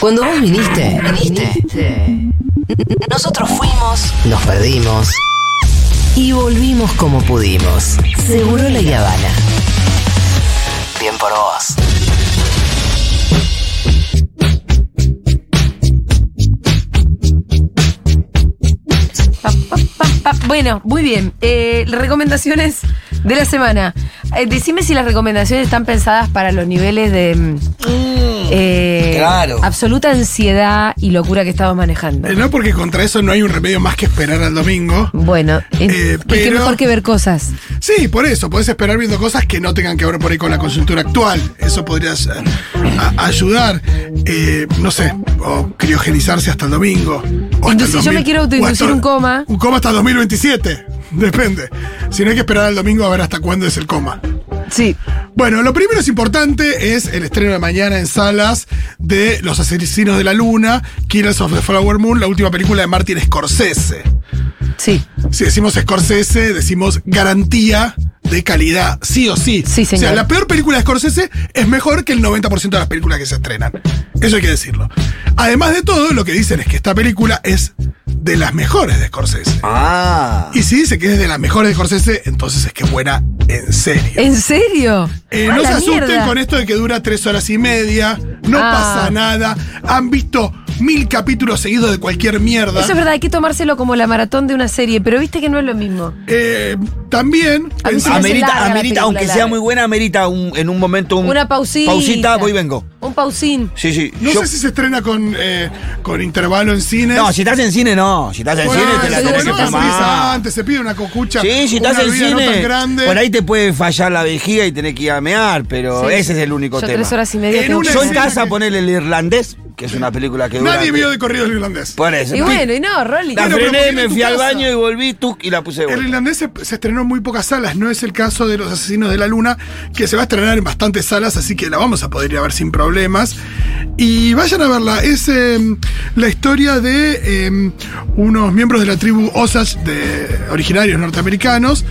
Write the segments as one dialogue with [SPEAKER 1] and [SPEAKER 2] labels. [SPEAKER 1] Cuando vos viniste, viniste. Nosotros fuimos, nos perdimos y volvimos como pudimos. Seguro la Habana. Bien por vos.
[SPEAKER 2] Pa, pa, pa, pa. Bueno, muy bien. Eh, recomendaciones de la semana. Eh, decime si las recomendaciones están pensadas para los niveles de mm, eh,
[SPEAKER 3] claro.
[SPEAKER 2] absoluta ansiedad y locura que estamos manejando.
[SPEAKER 4] Eh, No porque contra eso no hay un remedio más que esperar al domingo.
[SPEAKER 2] Bueno, es,
[SPEAKER 4] Eh,
[SPEAKER 2] es que
[SPEAKER 4] pero-
[SPEAKER 2] mejor que ver cosas.
[SPEAKER 4] Sí, por eso, podés esperar viendo cosas que no tengan que ver por ahí con la coyuntura actual. Eso podría ser- a- ayudar, eh, no sé, o criogenizarse hasta el domingo. o hasta el
[SPEAKER 2] Inducir- yo me
[SPEAKER 4] 2000,
[SPEAKER 2] quiero autoinducir
[SPEAKER 4] o hasta-
[SPEAKER 2] un coma.
[SPEAKER 4] Un coma hasta 2027, depende. Si no hay que esperar al domingo a ver hasta cuándo es el coma.
[SPEAKER 2] Sí.
[SPEAKER 4] Bueno, lo primero es importante es el estreno de mañana en salas de Los Asesinos de la Luna, Killers of the Flower Moon, la última película de Martin Scorsese.
[SPEAKER 2] Sí.
[SPEAKER 4] Si decimos Scorsese, decimos garantía de calidad, sí o sí.
[SPEAKER 2] Sí, señor.
[SPEAKER 4] O sea, la peor película de Scorsese es mejor que el 90% de las películas que se estrenan. Eso hay que decirlo. Además de todo, lo que dicen es que esta película es de las mejores de Scorsese.
[SPEAKER 3] Ah.
[SPEAKER 4] Y si dice que es de las mejores de Scorsese, entonces es que es buena en serio.
[SPEAKER 2] ¿En serio?
[SPEAKER 4] Eh,
[SPEAKER 2] ¡A
[SPEAKER 4] no
[SPEAKER 2] la
[SPEAKER 4] se asusten
[SPEAKER 2] mierda!
[SPEAKER 4] con esto de que dura tres horas y media, no
[SPEAKER 2] Ah.
[SPEAKER 4] pasa nada, han visto mil capítulos seguidos de cualquier mierda.
[SPEAKER 2] Eso es verdad, hay que tomárselo como la maratón de una serie, pero viste que no es lo mismo.
[SPEAKER 4] Eh, también,
[SPEAKER 2] A mí se me hace
[SPEAKER 3] Amerita,
[SPEAKER 2] larga la
[SPEAKER 3] amerita,
[SPEAKER 2] película,
[SPEAKER 3] aunque sea
[SPEAKER 2] larga.
[SPEAKER 3] muy buena, amerita un- en un momento un-
[SPEAKER 2] Una pausita.
[SPEAKER 3] Pausita, voy y vengo.
[SPEAKER 2] Un pausín.
[SPEAKER 3] Sí, sí.
[SPEAKER 4] no
[SPEAKER 3] yo-
[SPEAKER 4] sé si se estrena con, eh, con intervalo en cines.
[SPEAKER 3] No, si estás en cine, no. Si estás en
[SPEAKER 4] Bueno,
[SPEAKER 3] cine, te la
[SPEAKER 4] se-
[SPEAKER 3] tenés
[SPEAKER 4] bueno,
[SPEAKER 3] que
[SPEAKER 4] se avisa
[SPEAKER 3] fumar.
[SPEAKER 4] antes, se pide una cocucha.
[SPEAKER 3] Sí, si estás
[SPEAKER 4] una
[SPEAKER 3] en
[SPEAKER 4] bebida no tan
[SPEAKER 3] cine,
[SPEAKER 4] grande.
[SPEAKER 3] por ahí te puede fallar la vejiga y tenés que ir a mear, pero
[SPEAKER 2] Sí.
[SPEAKER 3] ese es el único
[SPEAKER 2] Yo
[SPEAKER 3] tema.
[SPEAKER 2] tres horas y media
[SPEAKER 4] En
[SPEAKER 2] tengo
[SPEAKER 4] una
[SPEAKER 2] que
[SPEAKER 3] Yo en
[SPEAKER 2] hacer.
[SPEAKER 4] escena
[SPEAKER 3] casa
[SPEAKER 4] que-
[SPEAKER 3] poner el irlandés, que es una película que dura.
[SPEAKER 4] Nadie vio de corrido el irlandés.
[SPEAKER 3] Por eso.
[SPEAKER 2] Y bueno, y no, Rolly.
[SPEAKER 3] La
[SPEAKER 4] Bueno, pero
[SPEAKER 3] frené,
[SPEAKER 4] ponela en
[SPEAKER 3] me
[SPEAKER 4] tu
[SPEAKER 3] fui al
[SPEAKER 4] casa.
[SPEAKER 3] baño y volví, tuc, y la puse de
[SPEAKER 4] El
[SPEAKER 3] vuelta.
[SPEAKER 4] irlandés se, se estrenó en muy pocas salas, no es el caso de Los Asesinos de la Luna, que se va a estrenar en bastantes salas, así que la vamos a poder ir a ver sin problemas. Y vayan a verla, es em, la historia de em, unos miembros de la tribu Osage, de originarios norteamericanos,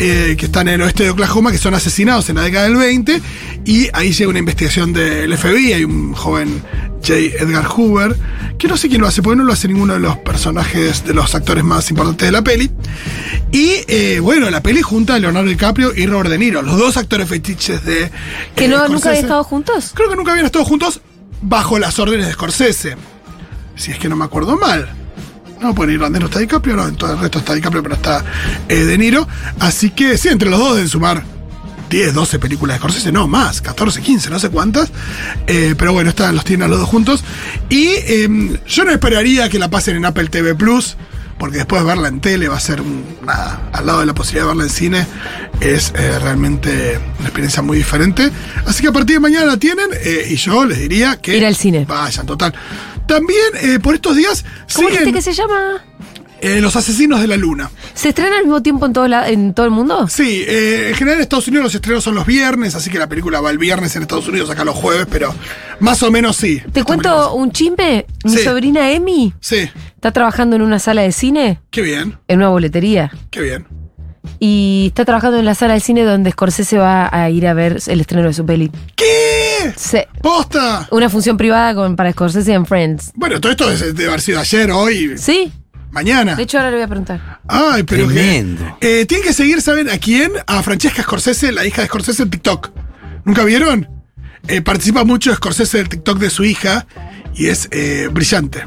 [SPEAKER 4] eh, que están en el oeste de Oklahoma, que son asesinados en la década del 20, y ahí llega una investigación del FBI, hay un joven J. Edgar Hoover, que no sé quién lo hace, porque no lo hace ninguno de los personajes, de los actores más importantes de la peli. Y eh, bueno, la peli junta a Leonardo DiCaprio y Robert De Niro, los dos actores fetiches de.
[SPEAKER 2] Que
[SPEAKER 4] eh,
[SPEAKER 2] no,
[SPEAKER 4] Scorsese.
[SPEAKER 2] nunca habían estado juntos.
[SPEAKER 4] Creo que nunca habían estado juntos bajo las órdenes de Scorsese. Si es que no me acuerdo mal. No, por irlandés no está DiCaprio, no, en todo el resto está DiCaprio, pero está eh, De Niro. Así que sí, entre los dos deben sumar 10, 12 películas de Scorsese, no más, 14, 15, no sé cuántas. Eh, pero bueno, están, los tienen a los dos juntos. Y em, yo no esperaría que la pasen en Apple TV Plus, porque después verla en tele va a ser un- nada, al lado de la posibilidad de verla en cine, es eh, realmente una experiencia muy diferente. Así que a partir de mañana la tienen, eh, y yo les diría que.
[SPEAKER 2] Ir al cine.
[SPEAKER 4] Vayan, total. También eh, por estos días
[SPEAKER 2] ¿Cómo dijiste
[SPEAKER 4] siguen
[SPEAKER 2] que se llama?
[SPEAKER 4] eh, Los Asesinos de la Luna.
[SPEAKER 2] ¿Se estrena al mismo tiempo en todo, la- en todo el mundo?
[SPEAKER 4] Sí, eh, en general en Estados Unidos los estrenos son los viernes, así que la película va el viernes en Estados Unidos, acá los jueves, pero más o menos sí.
[SPEAKER 2] Te
[SPEAKER 4] Esta
[SPEAKER 2] cuento
[SPEAKER 4] película-
[SPEAKER 2] un chisme. Mi
[SPEAKER 4] Sí.
[SPEAKER 2] sobrina Emi
[SPEAKER 4] Sí,
[SPEAKER 2] está trabajando en una sala de cine,
[SPEAKER 4] qué bien,
[SPEAKER 2] en una boletería.
[SPEAKER 4] qué bien.
[SPEAKER 2] Y está trabajando en la sala de cine donde Scorsese va a ir a ver el estreno de su peli.
[SPEAKER 4] ¿Qué?
[SPEAKER 2] Se-
[SPEAKER 4] ¡Posta!
[SPEAKER 2] Una función privada con, para Scorsese and Friends.
[SPEAKER 4] Bueno, todo esto es de haber sido ayer, hoy,
[SPEAKER 2] ¿Sí?
[SPEAKER 4] mañana.
[SPEAKER 2] De hecho, ahora le voy a preguntar.
[SPEAKER 4] Ay, pero que-
[SPEAKER 3] Tremendo.
[SPEAKER 4] Eh, tienen que seguir, ¿saben a quién? A Francesca Scorsese, la hija de Scorsese en TikTok. ¿Nunca vieron? Eh, participa mucho Scorsese del TikTok de su hija y es eh, brillante.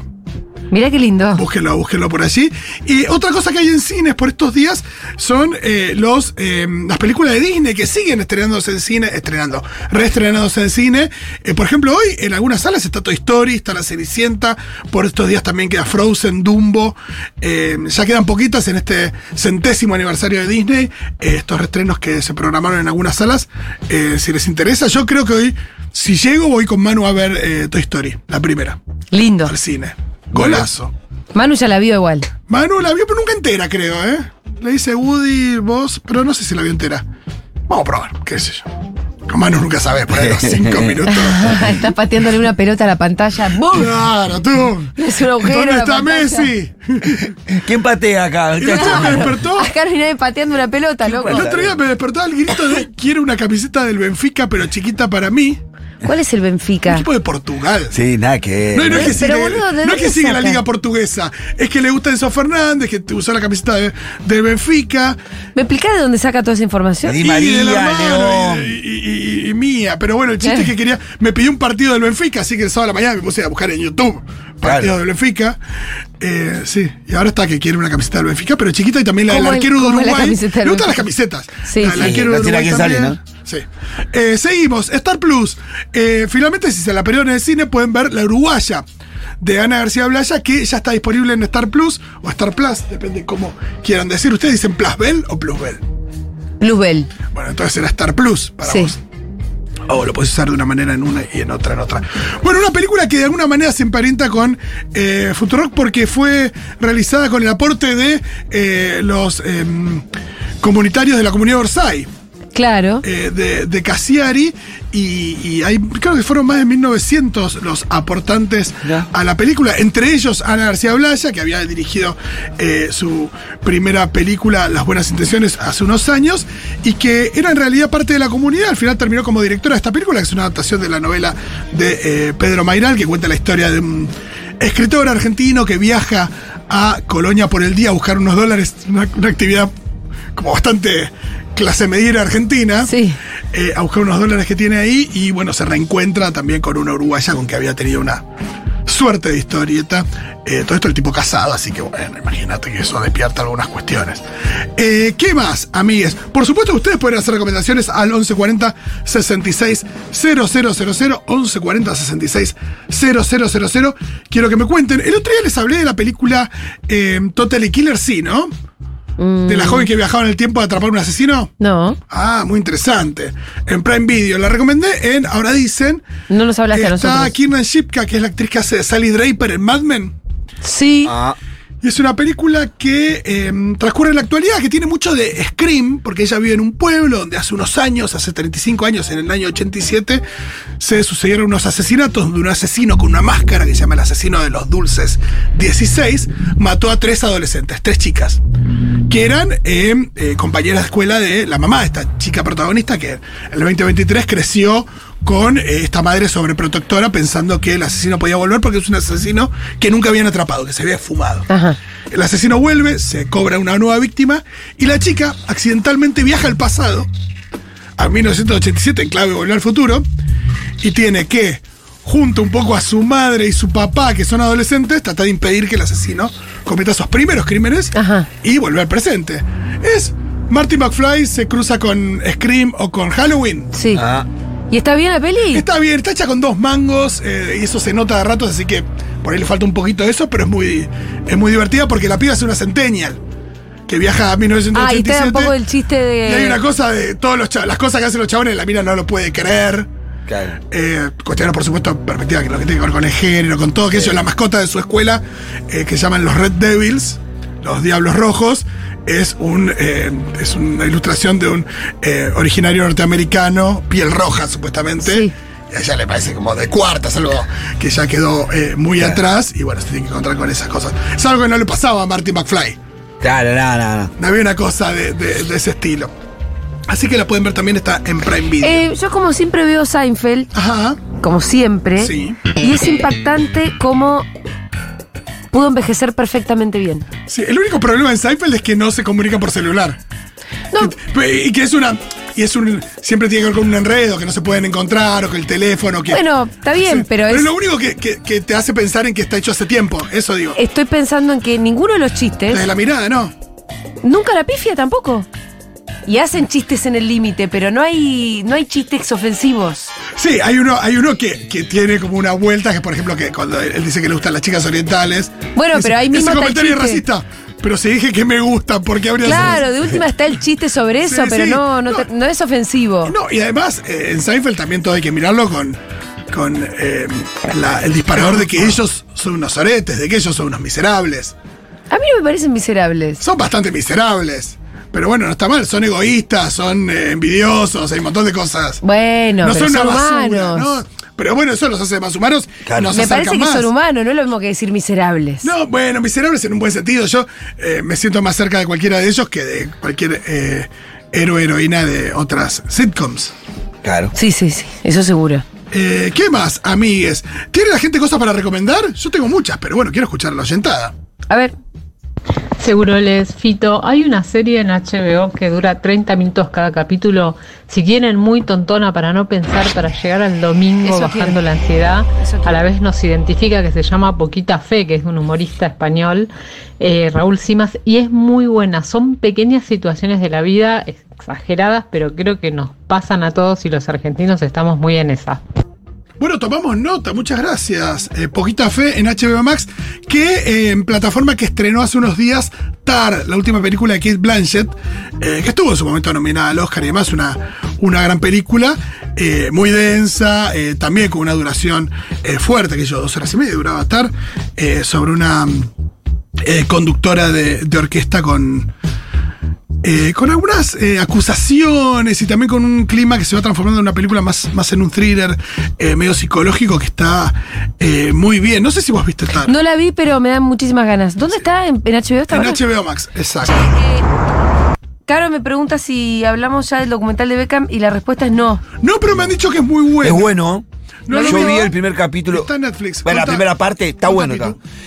[SPEAKER 2] Mirá qué lindo.
[SPEAKER 4] Búsquenlo, búsquenlo por allí. Y otra cosa que hay en cines por estos días son eh, los, eh, las películas de Disney que siguen estrenándose en cine, estrenando, reestrenándose en cine. Eh, por ejemplo, hoy en algunas salas está Toy Story, está La Cenicienta, por estos días también queda Frozen, Dumbo. Eh, ya quedan poquitas en este centésimo aniversario de Disney. Eh, estos reestrenos que se programaron en algunas salas, eh, si les interesa, yo creo que hoy, si llego, voy con Manu a ver eh, Toy Story, la primera,
[SPEAKER 2] Lindo.
[SPEAKER 4] al cine. Golazo.
[SPEAKER 2] Manu ya la vio igual.
[SPEAKER 4] Manu la vio, pero nunca entera, creo, ¿eh? Le dice Woody, vos, pero no sé si la vio entera. Vamos a probar, qué sé yo. Con Manu nunca sabes, por ahí los cinco minutos.
[SPEAKER 2] Estás pateándole una pelota a la pantalla. ¡Bum!
[SPEAKER 4] Claro, tú.
[SPEAKER 2] Es un agujero
[SPEAKER 4] ¿Dónde
[SPEAKER 2] la
[SPEAKER 4] está
[SPEAKER 2] pantalla.
[SPEAKER 4] Messi?
[SPEAKER 3] ¿Quién patea acá?
[SPEAKER 4] El otro día me despertó.
[SPEAKER 2] Acá no hay nadie pateando una pelota, loco.
[SPEAKER 4] El otro día me despertó el grito de quiero una camiseta del Benfica, pero chiquita para mí.
[SPEAKER 2] ¿Cuál es el Benfica?
[SPEAKER 4] Equipo de Portugal.
[SPEAKER 3] Sí, nada que.
[SPEAKER 4] No, no es que
[SPEAKER 2] Pero,
[SPEAKER 4] sigue,
[SPEAKER 2] boludo, ¿de
[SPEAKER 4] no es
[SPEAKER 2] dónde
[SPEAKER 4] que sigue la
[SPEAKER 2] saca?
[SPEAKER 4] liga portuguesa. Es que le gusta Enzo Fernández, que usó la camiseta de, de Benfica.
[SPEAKER 2] ¿Me explicás de dónde saca toda esa información?
[SPEAKER 3] Di
[SPEAKER 4] y
[SPEAKER 3] María,
[SPEAKER 4] del hermano,
[SPEAKER 3] León.
[SPEAKER 4] y, y- y- y mía. Pero bueno, el chiste
[SPEAKER 2] Eh.
[SPEAKER 4] es que quería. Me pidió un partido del Benfica, así que el sábado a la mañana me puse a buscar en YouTube. Partido
[SPEAKER 3] Claro.
[SPEAKER 4] del Benfica. Eh, sí, y ahora está que quiere una camiseta del Benfica, pero chiquita y también la del
[SPEAKER 2] ¿Cómo el-
[SPEAKER 4] arquero de
[SPEAKER 2] cómo es la
[SPEAKER 4] Uruguay.
[SPEAKER 2] camiseta del
[SPEAKER 4] Le gustan las
[SPEAKER 2] Benfica?
[SPEAKER 4] camisetas.
[SPEAKER 2] Sí,
[SPEAKER 4] La
[SPEAKER 2] sí.
[SPEAKER 4] del arquero de
[SPEAKER 3] La tira
[SPEAKER 4] Uruguay
[SPEAKER 3] que sale,
[SPEAKER 4] también.
[SPEAKER 3] ¿no?
[SPEAKER 4] Sí. Eh, seguimos. Star Plus. Eh, finalmente, si se la perdieron en el cine, pueden ver La Uruguaya de Ana García Blaya, que ya está disponible en Star Plus o Star Plus, depende cómo quieran decir. ¿Ustedes dicen Plusbel o Plusbel?
[SPEAKER 2] Luzbel.
[SPEAKER 4] Bueno, entonces será Star Plus para
[SPEAKER 2] Sí.
[SPEAKER 4] vos. O lo podés usar de una manera en una y en otra en otra. Bueno, una película que de alguna manera se emparenta con eh, Futurock porque fue realizada con el aporte de eh, los em, comunitarios de la comunidad de Orsay
[SPEAKER 2] Claro.
[SPEAKER 4] eh, de, de Cassiari y, y hay, creo que fueron más de 1900 los aportantes
[SPEAKER 3] Mirá.
[SPEAKER 4] a la película, entre ellos Ana García Blaya, que había dirigido eh, su primera película Las Buenas Intenciones hace unos años y que era en realidad parte de la comunidad, al final terminó como directora de esta película, que es una adaptación de la novela de eh, Pedro Mairal, que cuenta la historia de un escritor argentino que viaja a Colonia por el día a buscar unos dólares, una- una actividad como bastante clase media argentina,
[SPEAKER 2] Sí.
[SPEAKER 4] eh, a buscar unos dólares que tiene ahí y bueno, se reencuentra también con una uruguaya con que había tenido una suerte de historieta. Eh, todo esto el tipo casado, así que bueno, imagínate que eso despierta algunas cuestiones. Eh, ¿Qué más, amigues? Por supuesto, ustedes pueden hacer recomendaciones al 1140 66 000, 1140 66 000. Quiero que me cuenten. El otro día les hablé de la película eh, Totally Killer, sí, ¿no? De la joven que viajaba en el tiempo a atrapar a un asesino.
[SPEAKER 2] No,
[SPEAKER 4] Ah, muy interesante. En Prime Video. La recomendé en Ahora Dicen.
[SPEAKER 2] no nos hablaste a
[SPEAKER 4] Está
[SPEAKER 2] nosotros.
[SPEAKER 4] Kiernan Shipka, que es la actriz que hace de Sally Draper en Mad Men.
[SPEAKER 2] Sí.
[SPEAKER 3] Ah,
[SPEAKER 4] Y es una película que eh, transcurre en la actualidad, que tiene mucho de Scream, porque ella vive en un pueblo donde hace unos años, hace 35 años, en el año 87, se sucedieron unos asesinatos donde un asesino con una máscara que se llama el asesino de los dulces 16 mató a tres adolescentes, tres chicas, que eran eh, eh, compañeras de escuela de la mamá de esta chica protagonista que en el 2023 creció con eh, esta madre sobreprotectora pensando que el asesino podía volver porque es un asesino que nunca habían atrapado, que se había fumado.
[SPEAKER 2] Ajá.
[SPEAKER 4] El asesino vuelve, se cobra una nueva víctima y la chica accidentalmente viaja al pasado, a 1987, en clave Volver al Futuro, y tiene que, junto un poco a su madre y su papá, que son adolescentes, tratar de impedir que el asesino cometa sus primeros crímenes
[SPEAKER 2] Ajá.
[SPEAKER 4] y volver al presente. Es Martin McFly se cruza con Scream o con Halloween.
[SPEAKER 2] Sí.
[SPEAKER 3] ah.
[SPEAKER 2] ¿Y está bien la peli?
[SPEAKER 4] Está bien, está hecha con dos mangos eh, y eso se nota de ratos, así que por ahí le falta un poquito de eso, pero es muy, es muy divertida porque la piba es una centennial que viaja a
[SPEAKER 2] Ah, y
[SPEAKER 4] 1987.
[SPEAKER 2] está un poco el chiste
[SPEAKER 4] y hay
[SPEAKER 2] de.
[SPEAKER 4] una cosa de todos los chav- las cosas que hacen los chabones, la mina no lo puede creer.
[SPEAKER 3] Claro.
[SPEAKER 4] Eh, cuestionar, por supuesto, perspectiva que lo que tiene que ver con el género, con todo, que eso, la mascota de su escuela, eh, que llaman los Red Devils, los Diablos Rojos, es, un, eh, es una ilustración de un eh, originario norteamericano, piel roja supuestamente.
[SPEAKER 2] Sí.
[SPEAKER 4] Y a ella le parece como de cuartas, algo que ya quedó eh, muy atrás, y bueno, se tiene que encontrar con esas cosas. Es algo que no le pasaba a Marty McFly.
[SPEAKER 3] Claro, no, no, no.
[SPEAKER 4] No había una cosa de, de- de ese estilo. Así que la pueden ver también, está en Prime Video.
[SPEAKER 2] Eh, yo, como siempre, veo Seinfeld,
[SPEAKER 4] Ajá.
[SPEAKER 2] como siempre.
[SPEAKER 4] Sí.
[SPEAKER 2] Y es impactante cómo pudo envejecer perfectamente bien.
[SPEAKER 4] Sí, el único problema en Seinfeld es que no se comunica por celular.
[SPEAKER 2] No,
[SPEAKER 4] Y que es una. Y es un. Siempre tiene que ver con un enredo, que no se pueden encontrar, o que el teléfono, que.
[SPEAKER 2] bueno, está
[SPEAKER 4] Sí,
[SPEAKER 2] bien, pero es.
[SPEAKER 4] lo único que, que- que te hace pensar en que está hecho hace tiempo, eso digo.
[SPEAKER 2] Estoy pensando en que ninguno de los chistes
[SPEAKER 4] Desde la mirada, ¿no?
[SPEAKER 2] Nunca la pifia tampoco. Y hacen chistes en el límite, pero no hay, no hay chistes ofensivos.
[SPEAKER 4] Sí, hay uno, hay uno que, que tiene como una vuelta, que por ejemplo, que cuando él dice que le gustan las chicas orientales.
[SPEAKER 2] Bueno,
[SPEAKER 4] dice,
[SPEAKER 2] pero ahí mismo
[SPEAKER 4] Ese
[SPEAKER 2] está el
[SPEAKER 4] comentario es
[SPEAKER 2] chiste".
[SPEAKER 4] racista. Pero si dije que me gusta, ¿por qué habría
[SPEAKER 2] Claro, de última está el chiste sobre
[SPEAKER 4] Sí,
[SPEAKER 2] eso, pero
[SPEAKER 4] sí.
[SPEAKER 2] no, no, te-
[SPEAKER 4] No.
[SPEAKER 2] no es ofensivo.
[SPEAKER 4] No, y además eh, en Seinfeld también todo hay que mirarlo con, con eh, la- el disparador de que ellos son unos oretes, de que ellos son unos miserables.
[SPEAKER 2] A mí no me parecen miserables.
[SPEAKER 4] Son bastante miserables. Pero bueno, no está mal, son egoístas, son eh, envidiosos, hay un montón de cosas.
[SPEAKER 2] Bueno,
[SPEAKER 4] no
[SPEAKER 2] pero
[SPEAKER 4] son una
[SPEAKER 2] son
[SPEAKER 4] basura,
[SPEAKER 2] humanos.
[SPEAKER 4] ¿no? Pero bueno, eso los hace más humanos,
[SPEAKER 3] Claro.
[SPEAKER 4] nos
[SPEAKER 2] me
[SPEAKER 4] acercan
[SPEAKER 2] parece que
[SPEAKER 4] más.
[SPEAKER 2] son humanos, no es lo mismo que decir miserables.
[SPEAKER 4] No, bueno, miserables en un buen sentido. Yo eh, me siento más cerca de cualquiera de ellos que de cualquier eh, héroe heroína de otras sitcoms.
[SPEAKER 3] Claro.
[SPEAKER 2] Sí, sí, sí, eso seguro.
[SPEAKER 4] Eh, ¿Qué más, amigues? ¿Tiene la gente cosas para recomendar? Yo tengo muchas, pero bueno, quiero escuchar la oyentada.
[SPEAKER 2] A ver.
[SPEAKER 5] Seguro les fito. Hay una serie en HBO que dura 30 minutos cada capítulo. Si quieren, muy tontona para no pensar, para llegar al domingo
[SPEAKER 2] Eso
[SPEAKER 5] bajando
[SPEAKER 2] quiero.
[SPEAKER 5] la ansiedad.
[SPEAKER 2] Eso
[SPEAKER 5] A la
[SPEAKER 2] quiero.
[SPEAKER 5] vez nos identifica que se llama Poquita Fe, que es un humorista español, eh, Raúl Simas, y es muy buena. Son pequeñas situaciones de la vida exageradas, pero creo que nos pasan a todos y los argentinos estamos muy en esa.
[SPEAKER 4] Bueno, tomamos nota, muchas gracias. Eh, Poquita Fe en HBO Max, que eh, en plataforma que estrenó hace unos días Tar, la última película de Kate Blanchett, eh, que estuvo en su momento nominada al Oscar y demás, una, una gran película, eh, muy densa, eh, también con una duración eh, fuerte, que yo dos horas y media duraba Tar, eh, sobre una mm, eh, conductora de, de orquesta con... eh, con algunas eh, acusaciones y también con un clima que se va transformando en una película más, más en un thriller eh, medio psicológico que está eh, muy bien. No sé si vos viste Tar.
[SPEAKER 2] No la vi, pero me dan muchísimas ganas. ¿Dónde está? ¿En, en HBO está?
[SPEAKER 4] en
[SPEAKER 2] ahora?
[SPEAKER 4] HBO Max, exacto.
[SPEAKER 2] Caro me pregunta si hablamos ya del documental de Beckham y la respuesta es no.
[SPEAKER 4] No, pero me han dicho que es muy bueno.
[SPEAKER 3] Es bueno.
[SPEAKER 4] No lo
[SPEAKER 3] yo
[SPEAKER 4] veo.
[SPEAKER 3] vi el primer capítulo.
[SPEAKER 4] Está en Netflix.
[SPEAKER 3] Bueno, la
[SPEAKER 4] Contá-
[SPEAKER 3] primera parte está
[SPEAKER 4] contá,
[SPEAKER 3] bueno.
[SPEAKER 4] Pitu.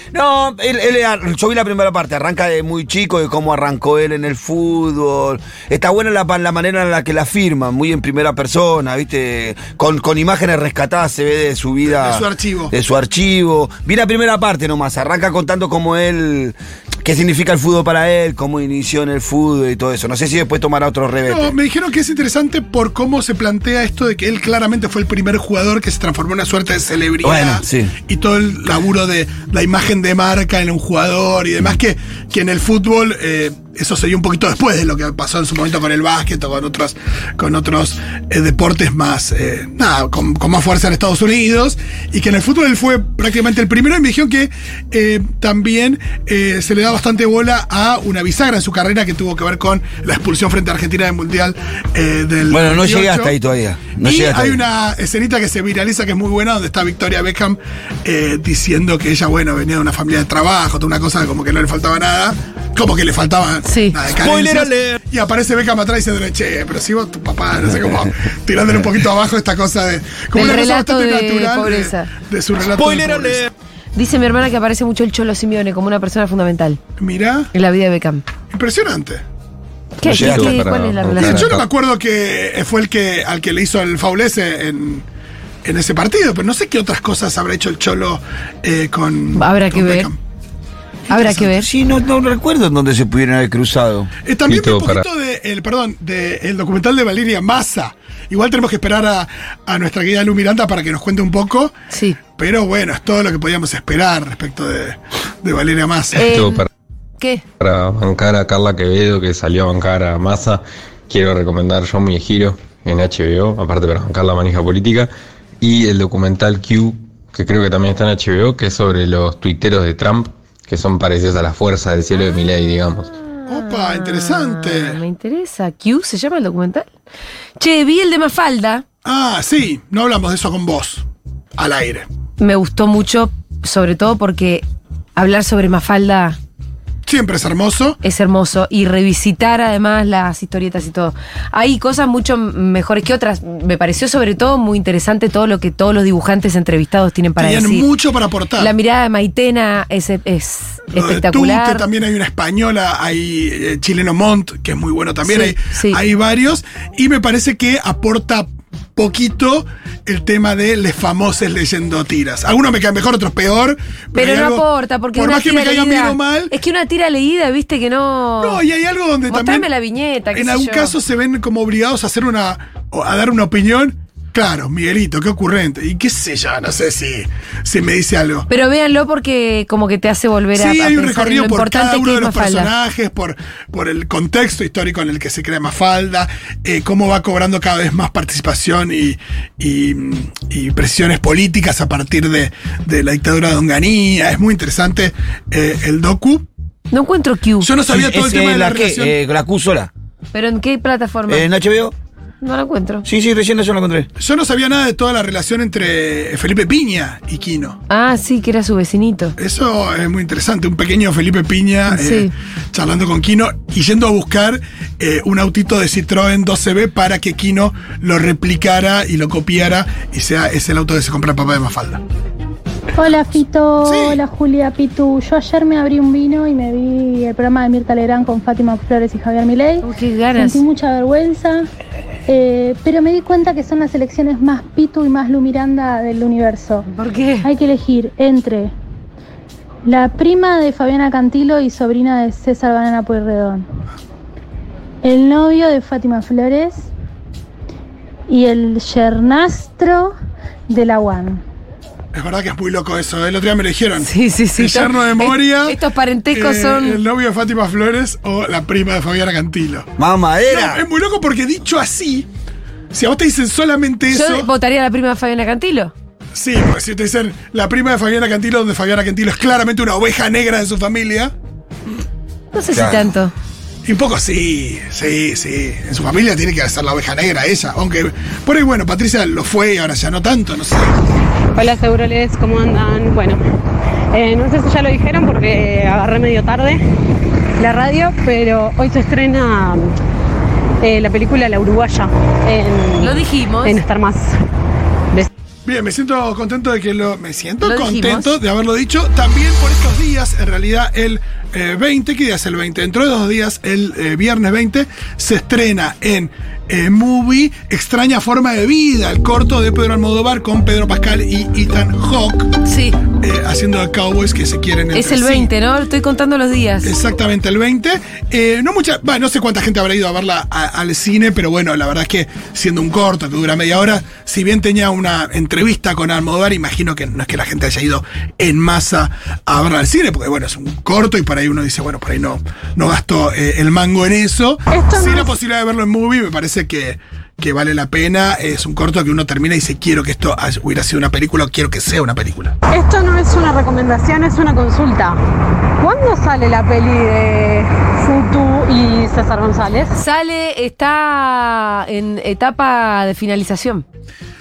[SPEAKER 3] está. No, él, él ar- yo vi la primera parte. Arranca de muy chico, de cómo arrancó él en el fútbol. Está buena la, la manera en la que la firma, muy en primera persona, ¿viste? Con, con imágenes rescatadas se ve de su vida.
[SPEAKER 4] De su archivo.
[SPEAKER 3] De su archivo. Vi la primera parte nomás. Arranca contando cómo él. ¿Qué significa el fútbol para él? ¿Cómo inició en el fútbol y todo eso? No sé si después tomará otro revés.
[SPEAKER 4] No, me dijeron que es interesante por cómo se plantea esto de que él claramente fue el primer jugador que se transformó en una suerte de celebridad.
[SPEAKER 3] Bueno, sí.
[SPEAKER 4] Y todo el laburo de la imagen de marca en un jugador y demás, que, que en el fútbol eh, eso se dio un poquito después de lo que pasó en su momento con el básquet o con otros, con otros eh, deportes más, eh, nada, con, con más fuerza en Estados Unidos. Y que en el fútbol él fue prácticamente el primero y me dijeron que eh, también eh, se le da bastante bola a una bisagra en su carrera que tuvo que ver con la expulsión frente a Argentina del Mundial eh, del
[SPEAKER 3] Bueno, no
[SPEAKER 4] 28.
[SPEAKER 3] llegué hasta ahí todavía. No
[SPEAKER 4] y
[SPEAKER 3] llegué hasta
[SPEAKER 4] hay
[SPEAKER 3] ahí.
[SPEAKER 4] una escenita que se viraliza que es muy buena, donde está Victoria Beckham eh, diciendo que ella, bueno, venía de una familia de trabajo, toda una cosa como que no le faltaba nada, como que le faltaba
[SPEAKER 2] Sí.
[SPEAKER 4] nada de
[SPEAKER 3] Spoiler
[SPEAKER 4] carencias.
[SPEAKER 3] alert.
[SPEAKER 4] Y aparece Beckham atrás y dice, che, pero si vos, tu papá, no sé cómo, tirándole un poquito abajo esta cosa de. Como
[SPEAKER 2] Del
[SPEAKER 4] una
[SPEAKER 2] relato
[SPEAKER 4] cosa bastante
[SPEAKER 2] de
[SPEAKER 4] natural
[SPEAKER 2] pobreza.
[SPEAKER 4] De, de su relato.
[SPEAKER 3] Spoiler
[SPEAKER 4] de pobreza.
[SPEAKER 3] alert.
[SPEAKER 2] Dice mi hermana que aparece mucho el Cholo Simeone como una persona fundamental
[SPEAKER 4] Mirá,
[SPEAKER 2] en la vida de Beckham.
[SPEAKER 4] impresionante.
[SPEAKER 2] ¿Qué?
[SPEAKER 6] No
[SPEAKER 2] ¿Qué-
[SPEAKER 6] llegaste
[SPEAKER 2] qué-
[SPEAKER 6] para-
[SPEAKER 2] ¿Cuál es la
[SPEAKER 6] para-
[SPEAKER 2] relación?
[SPEAKER 4] Yo no me acuerdo que eh, fue el que al que le hizo el foul ese en, en ese partido, pero no sé qué otras cosas habrá hecho el Cholo eh, con.
[SPEAKER 2] Habrá
[SPEAKER 4] con
[SPEAKER 2] que ver. Habrá que ver.
[SPEAKER 3] Sí, no, no recuerdo en dónde se pudieron haber cruzado.
[SPEAKER 4] Eh, también vi
[SPEAKER 6] Pito,
[SPEAKER 4] un poquito de, el, perdón, de el documental de Valeria Massa. Igual tenemos que esperar a, a nuestra querida Lu Miranda para que nos cuente un poco.
[SPEAKER 2] Sí.
[SPEAKER 4] Pero bueno, es todo lo que podíamos esperar respecto de, de Valeria Massa.
[SPEAKER 2] Eh,
[SPEAKER 6] Yo para,
[SPEAKER 2] ¿Qué?
[SPEAKER 6] para bancar a Carla Quevedo, que salió a bancar a Massa, quiero recomendar Yo mi giro en HBO, aparte para bancar la manija política, y el documental Q, que creo que también está en HBO, que es sobre los tuiteros de Trump, que son parecidos a la fuerza del cielo de Miley, digamos.
[SPEAKER 4] Opa, interesante.
[SPEAKER 2] Ah, Me interesa. ¿Q se llama el documental? Che, vi el de Mafalda.
[SPEAKER 4] Ah, sí, no hablamos de eso con vos. Al aire.
[SPEAKER 2] Me gustó mucho, sobre todo porque hablar sobre Mafalda
[SPEAKER 4] Siempre es hermoso.
[SPEAKER 2] es hermoso y revisitar además las historietas y todo. Hay cosas mucho mejores que otras. Me pareció sobre todo muy interesante todo lo que todos los dibujantes entrevistados tienen para
[SPEAKER 4] Tenían
[SPEAKER 2] decir.
[SPEAKER 4] mucho para aportar.
[SPEAKER 2] La mirada de Maitena es, es
[SPEAKER 4] Lo de Tunte,
[SPEAKER 2] espectacular.
[SPEAKER 4] Eh, también hay una española, hay eh, Chileno Montt, que es muy bueno también,
[SPEAKER 2] Sí,
[SPEAKER 4] hay,
[SPEAKER 2] sí.
[SPEAKER 4] hay varios, y me parece que aporta poquito el tema de les famosos leyendo tiras. Algunos me caen mejor, otros peor.
[SPEAKER 2] Pero
[SPEAKER 4] hay
[SPEAKER 2] no
[SPEAKER 4] algo-
[SPEAKER 2] aporta, porque
[SPEAKER 4] por
[SPEAKER 2] una
[SPEAKER 4] más que
[SPEAKER 2] tira
[SPEAKER 4] me caiga
[SPEAKER 2] leída.
[SPEAKER 4] bien o mal,
[SPEAKER 2] Es que una tira leída, viste, que no.
[SPEAKER 4] no, y hay algo donde
[SPEAKER 2] Mostrame
[SPEAKER 4] también
[SPEAKER 2] la viñeta, qué
[SPEAKER 4] en
[SPEAKER 2] sé
[SPEAKER 4] algún
[SPEAKER 2] yo.
[SPEAKER 4] caso se ven como obligados a hacer una o a dar una opinión. Claro, Miguelito, qué ocurrente. Y qué sé yo, no sé si, si me dice algo.
[SPEAKER 2] Pero véanlo porque como que te hace volver a.
[SPEAKER 4] Sí,
[SPEAKER 2] a
[SPEAKER 4] hay un
[SPEAKER 2] pensar en
[SPEAKER 4] recorrido
[SPEAKER 2] lo
[SPEAKER 4] por
[SPEAKER 2] importante
[SPEAKER 4] cada
[SPEAKER 2] que
[SPEAKER 4] uno
[SPEAKER 2] es
[SPEAKER 4] de los
[SPEAKER 2] Mafalda.
[SPEAKER 4] personajes, por, por el contexto histórico en el que se crea Mafalda, eh, cómo va cobrando cada vez más participación y, y- y presiones políticas a partir de, de la dictadura de Onganía. Es muy interesante eh, el docu.
[SPEAKER 2] No encuentro Q.
[SPEAKER 4] Yo no sabía todo el
[SPEAKER 3] Es,
[SPEAKER 4] tema
[SPEAKER 3] eh,
[SPEAKER 4] de la,
[SPEAKER 3] que,
[SPEAKER 4] relación.
[SPEAKER 3] eh, la Q sola.
[SPEAKER 2] ¿Pero en qué plataforma?
[SPEAKER 3] Eh, ¿En HBO?
[SPEAKER 2] No la encuentro.
[SPEAKER 3] Sí, sí, recién yo la encontré.
[SPEAKER 4] Yo no sabía nada de toda la relación entre Felipe Piña y Quino.
[SPEAKER 2] Ah, sí, que era su vecinito.
[SPEAKER 4] Eso es muy interesante. Un pequeño Felipe Piña
[SPEAKER 2] Sí.
[SPEAKER 4] eh, charlando con Quino y yendo a buscar eh, un autito de Citroën 12B para que Quino lo replicara y lo copiara y sea es el auto que se compra el papá de Mafalda.
[SPEAKER 7] Hola Fito,
[SPEAKER 4] Sí.
[SPEAKER 7] hola Julia, Pitu. Yo ayer me abrí un vino y me vi el programa de Mirta Legrand con Fátima Flores y Javier Milei.
[SPEAKER 2] Oh, qué ganas.
[SPEAKER 7] Sentí mucha vergüenza, eh, pero me di cuenta que son las elecciones más Pitu y más Lu Miranda del universo.
[SPEAKER 2] ¿Por qué?
[SPEAKER 7] Hay que elegir entre la prima de Fabiana Cantilo y sobrina de César Banana Pueyrredón, el novio de Fátima Flores y el yernastro de la UAN.
[SPEAKER 4] Es verdad que es muy loco eso. ¿eh? El otro día me lo dijeron.
[SPEAKER 2] Sí, sí, sí.
[SPEAKER 4] El yerno de Moria.
[SPEAKER 2] Es- Estos parentescos
[SPEAKER 4] eh,
[SPEAKER 2] son.
[SPEAKER 4] El novio de Fátima Flores o la prima de Fabiana Cantilo.
[SPEAKER 3] Mamadera.
[SPEAKER 4] No, em- es muy loco porque dicho así, si a vos te dicen solamente
[SPEAKER 2] Yo
[SPEAKER 4] eso.
[SPEAKER 2] votaría a la prima de Fabiana Cantilo.
[SPEAKER 4] Sí, porque si te dicen la prima de Fabiana Cantilo, donde Fabiana Cantilo es claramente una oveja negra de su familia.
[SPEAKER 2] No sé
[SPEAKER 3] Claro.
[SPEAKER 2] si tanto.
[SPEAKER 4] Y un poco sí, sí, sí. En su familia tiene que ser la oveja negra ella. Aunque por ahí, bueno, Patricia lo fue y ahora ya no tanto, no sé.
[SPEAKER 8] Hola Seguroles, ¿cómo andan? Bueno, eh, no sé si ya lo dijeron porque eh, agarré medio tarde la radio, pero hoy se estrena eh, la película La Uruguaya en,
[SPEAKER 2] Lo dijimos.
[SPEAKER 8] en Star Más.
[SPEAKER 4] Bien, me siento contento de que lo. Me siento
[SPEAKER 2] Lo dijimos.
[SPEAKER 4] contento de haberlo dicho. También por estos días, en realidad, el eh, 20, ¿qué día es el 20? Dentro de dos días, el eh, viernes 20, se estrena en eh, Movie Extraña Forma de Vida, el corto de Pedro Almodóvar con Pedro Pascal y Ethan Hawke,
[SPEAKER 2] Sí.
[SPEAKER 4] eh, haciendo de cowboys que se quieren
[SPEAKER 2] Es
[SPEAKER 4] entre
[SPEAKER 2] el
[SPEAKER 4] sí.
[SPEAKER 2] 20, ¿no? Estoy contando los días.
[SPEAKER 4] Exactamente, el 20. Eh, no mucha, bah, no sé cuánta gente habrá ido a verla a- al cine, pero bueno, la verdad es que siendo un corto que dura media hora, si bien tenía una entrevista con Almodóvar, imagino que no es que la gente haya ido en masa a verla al cine, porque bueno, es un corto y por ahí uno dice, bueno, por ahí no, no gasto eh, el mango en eso.
[SPEAKER 8] Esto
[SPEAKER 4] sí,
[SPEAKER 8] no
[SPEAKER 4] la
[SPEAKER 8] es-
[SPEAKER 4] posibilidad de verlo en movie me parece que, que vale la pena. Es un corto que uno termina y dice, quiero que esto haya- hubiera sido una película, o quiero que sea una película.
[SPEAKER 8] Esto no es una recomendación, es una consulta. ¿Cuándo sale la peli de Futu y César González?
[SPEAKER 2] Sale, está en etapa de finalización.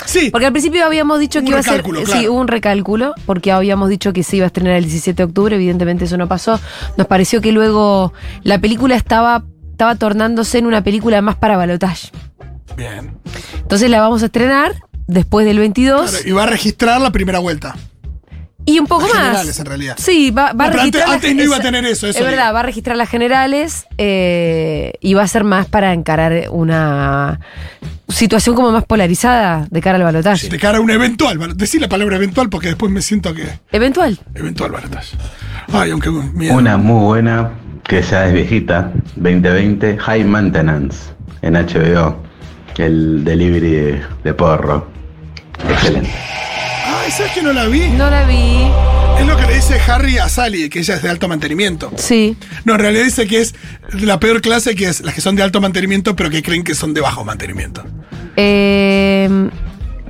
[SPEAKER 4] Sí,
[SPEAKER 2] Porque al principio habíamos dicho
[SPEAKER 4] Un
[SPEAKER 2] que iba a ser.
[SPEAKER 4] recálculo,
[SPEAKER 2] Sí,
[SPEAKER 4] claro.
[SPEAKER 2] hubo un recálculo, porque habíamos dicho que se iba a estrenar el 17 de octubre, evidentemente eso no pasó. Nos pareció que luego la película estaba, estaba tornándose en una película más para balotaje.
[SPEAKER 4] bien.
[SPEAKER 2] Entonces la vamos a estrenar después del 22
[SPEAKER 4] Claro, y va a registrar la primera vuelta.
[SPEAKER 2] y un poco
[SPEAKER 4] Las
[SPEAKER 2] más.
[SPEAKER 4] generales, en realidad.
[SPEAKER 2] Sí, va, va
[SPEAKER 4] No,
[SPEAKER 2] a
[SPEAKER 4] pero
[SPEAKER 2] registrar.
[SPEAKER 4] antes-
[SPEAKER 2] las-
[SPEAKER 4] antes no iba a
[SPEAKER 2] esa-
[SPEAKER 4] tener eso, eso
[SPEAKER 2] Es verdad,
[SPEAKER 4] digo.
[SPEAKER 2] va a registrar las generales eh, y va a ser más para encarar una situación como más polarizada de cara al balotaje.
[SPEAKER 4] De cara a un eventual. bal- Decí la palabra eventual porque después me siento que.
[SPEAKER 2] Eventual.
[SPEAKER 4] Eventual balotaje. Ay, aunque. miedo.
[SPEAKER 9] Una muy buena, que ya es viejita, 2020, High Maintenance, en HBO, el delivery de, de porro. Excelente.
[SPEAKER 4] Ay, ¿sabes que no la vi?
[SPEAKER 2] No la vi.
[SPEAKER 4] Es lo que le dice Harry a Sally, que ella es de alto mantenimiento.
[SPEAKER 2] Sí.
[SPEAKER 4] No, en realidad dice que es la peor clase, que es las que son de alto mantenimiento, pero que creen que son de bajo mantenimiento.
[SPEAKER 2] Eh,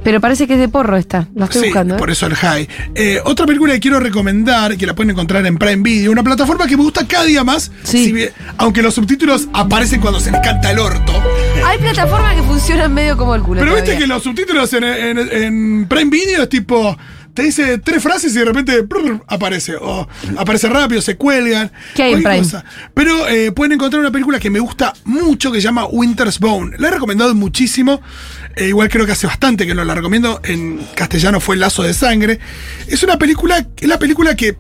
[SPEAKER 2] pero parece que es de porro esta. La estoy
[SPEAKER 4] sí,
[SPEAKER 2] buscando. ¿eh?
[SPEAKER 4] por eso el high. Eh, otra película que quiero recomendar, que la pueden encontrar en Prime Video, una plataforma que me gusta cada día más,
[SPEAKER 2] Sí.
[SPEAKER 4] si bien- aunque los subtítulos aparecen cuando se les canta el orto.
[SPEAKER 2] Hay plataformas que funcionan medio como el culo.
[SPEAKER 4] Pero viste
[SPEAKER 2] todavía.
[SPEAKER 4] que los subtítulos en, en- en Prime Video es tipo. Te dice tres frases y de repente prr, aparece. O aparece rápido, se cuelgan.
[SPEAKER 2] ¿Qué hay en
[SPEAKER 4] cualquier
[SPEAKER 2] Prime?
[SPEAKER 4] Pero eh, pueden encontrar una película que me gusta mucho que se llama Winter's Bone. La he recomendado muchísimo. eh, igual creo que hace bastante que no la recomiendo. En castellano fue Lazo de Sangre. Es una película. Es la película que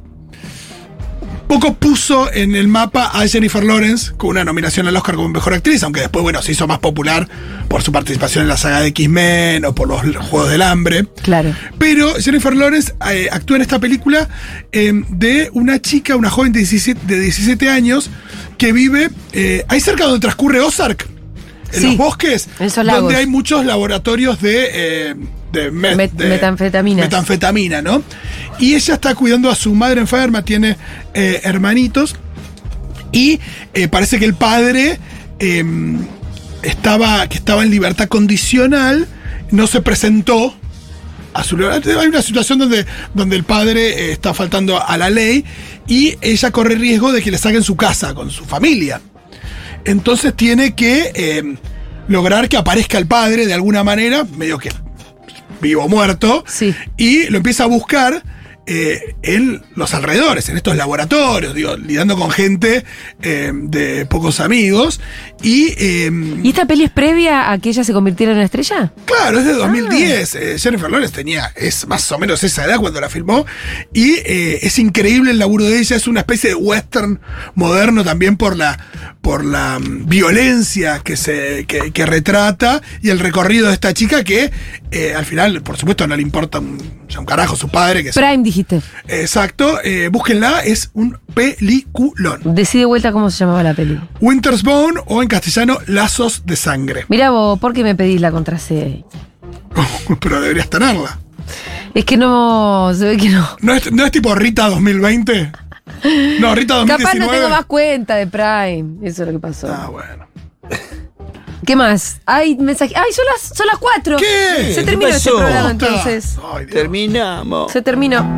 [SPEAKER 4] poco puso en el mapa a Jennifer Lawrence con una nominación al Oscar como mejor actriz, aunque después, bueno, se hizo más popular por su participación en la saga de X-Men o por los Juegos del Hambre.
[SPEAKER 2] Claro.
[SPEAKER 4] Pero Jennifer Lawrence eh, actúa en esta película eh, de una chica, una joven de 17, de 17 años que vive eh, ahí cerca donde transcurre Ozark, en
[SPEAKER 2] Sí,
[SPEAKER 4] los bosques,
[SPEAKER 2] en esos lagos.
[SPEAKER 4] donde hay muchos laboratorios de, eh, de meth,
[SPEAKER 2] Met-
[SPEAKER 4] de-
[SPEAKER 2] metanfetaminas.
[SPEAKER 4] metanfetamina, ¿no? Y ella está cuidando a su madre enferma, tiene eh, hermanitos. Y eh, parece que el padre eh, estaba, que estaba en libertad condicional, no se presentó. A su lugar. Hay una situación donde, donde el padre eh, está faltando a la ley y ella corre riesgo de que le saquen su casa con su familia. Entonces tiene que eh, lograr que aparezca el padre de alguna manera, medio que vivo o muerto,
[SPEAKER 2] Sí.
[SPEAKER 4] y lo empieza a buscar eh, en los alrededores, en estos laboratorios, digo, lidiando con gente eh, de pocos amigos. Y, eh,
[SPEAKER 2] ¿Y esta peli es previa a que ella se convirtiera en una estrella?
[SPEAKER 4] claro, es de 2010. eh, Jennifer Lawrence tenía, es más o menos esa edad cuando la filmó. Y eh, es increíble el laburo de ella, es una especie de western moderno también por la, por la mm, violencia que, se, que, que retrata y el recorrido de esta chica que eh, al final, por supuesto, no le importa un, ya un carajo su padre, que es
[SPEAKER 2] Prime, dijiste.
[SPEAKER 4] Exacto, eh, búsquenla, es un peliculón.
[SPEAKER 2] Decide vuelta cómo se llamaba la peli.
[SPEAKER 4] Winter's Bone o en castellano Lazos de Sangre.
[SPEAKER 2] Mirá vos, ¿por qué me pedís la contraseña?
[SPEAKER 4] Pero deberías tenerla.
[SPEAKER 2] Es que no, se ve que no.
[SPEAKER 4] ¿No es, no es tipo Rita 2020? No, Rita 2019.
[SPEAKER 2] Capaz no tengo más cuenta de Prime. Eso es lo que pasó.
[SPEAKER 4] Ah, bueno.
[SPEAKER 2] ¿Qué más? Hay mensaje. ¡Ay, son las, son las cuatro!
[SPEAKER 4] ¿Qué?
[SPEAKER 2] Se
[SPEAKER 4] ¿Qué
[SPEAKER 2] terminó este
[SPEAKER 3] pasó?
[SPEAKER 2] programa
[SPEAKER 4] Puta.
[SPEAKER 2] entonces.
[SPEAKER 4] Ay, Dios.
[SPEAKER 3] Terminamos.
[SPEAKER 2] Se terminó.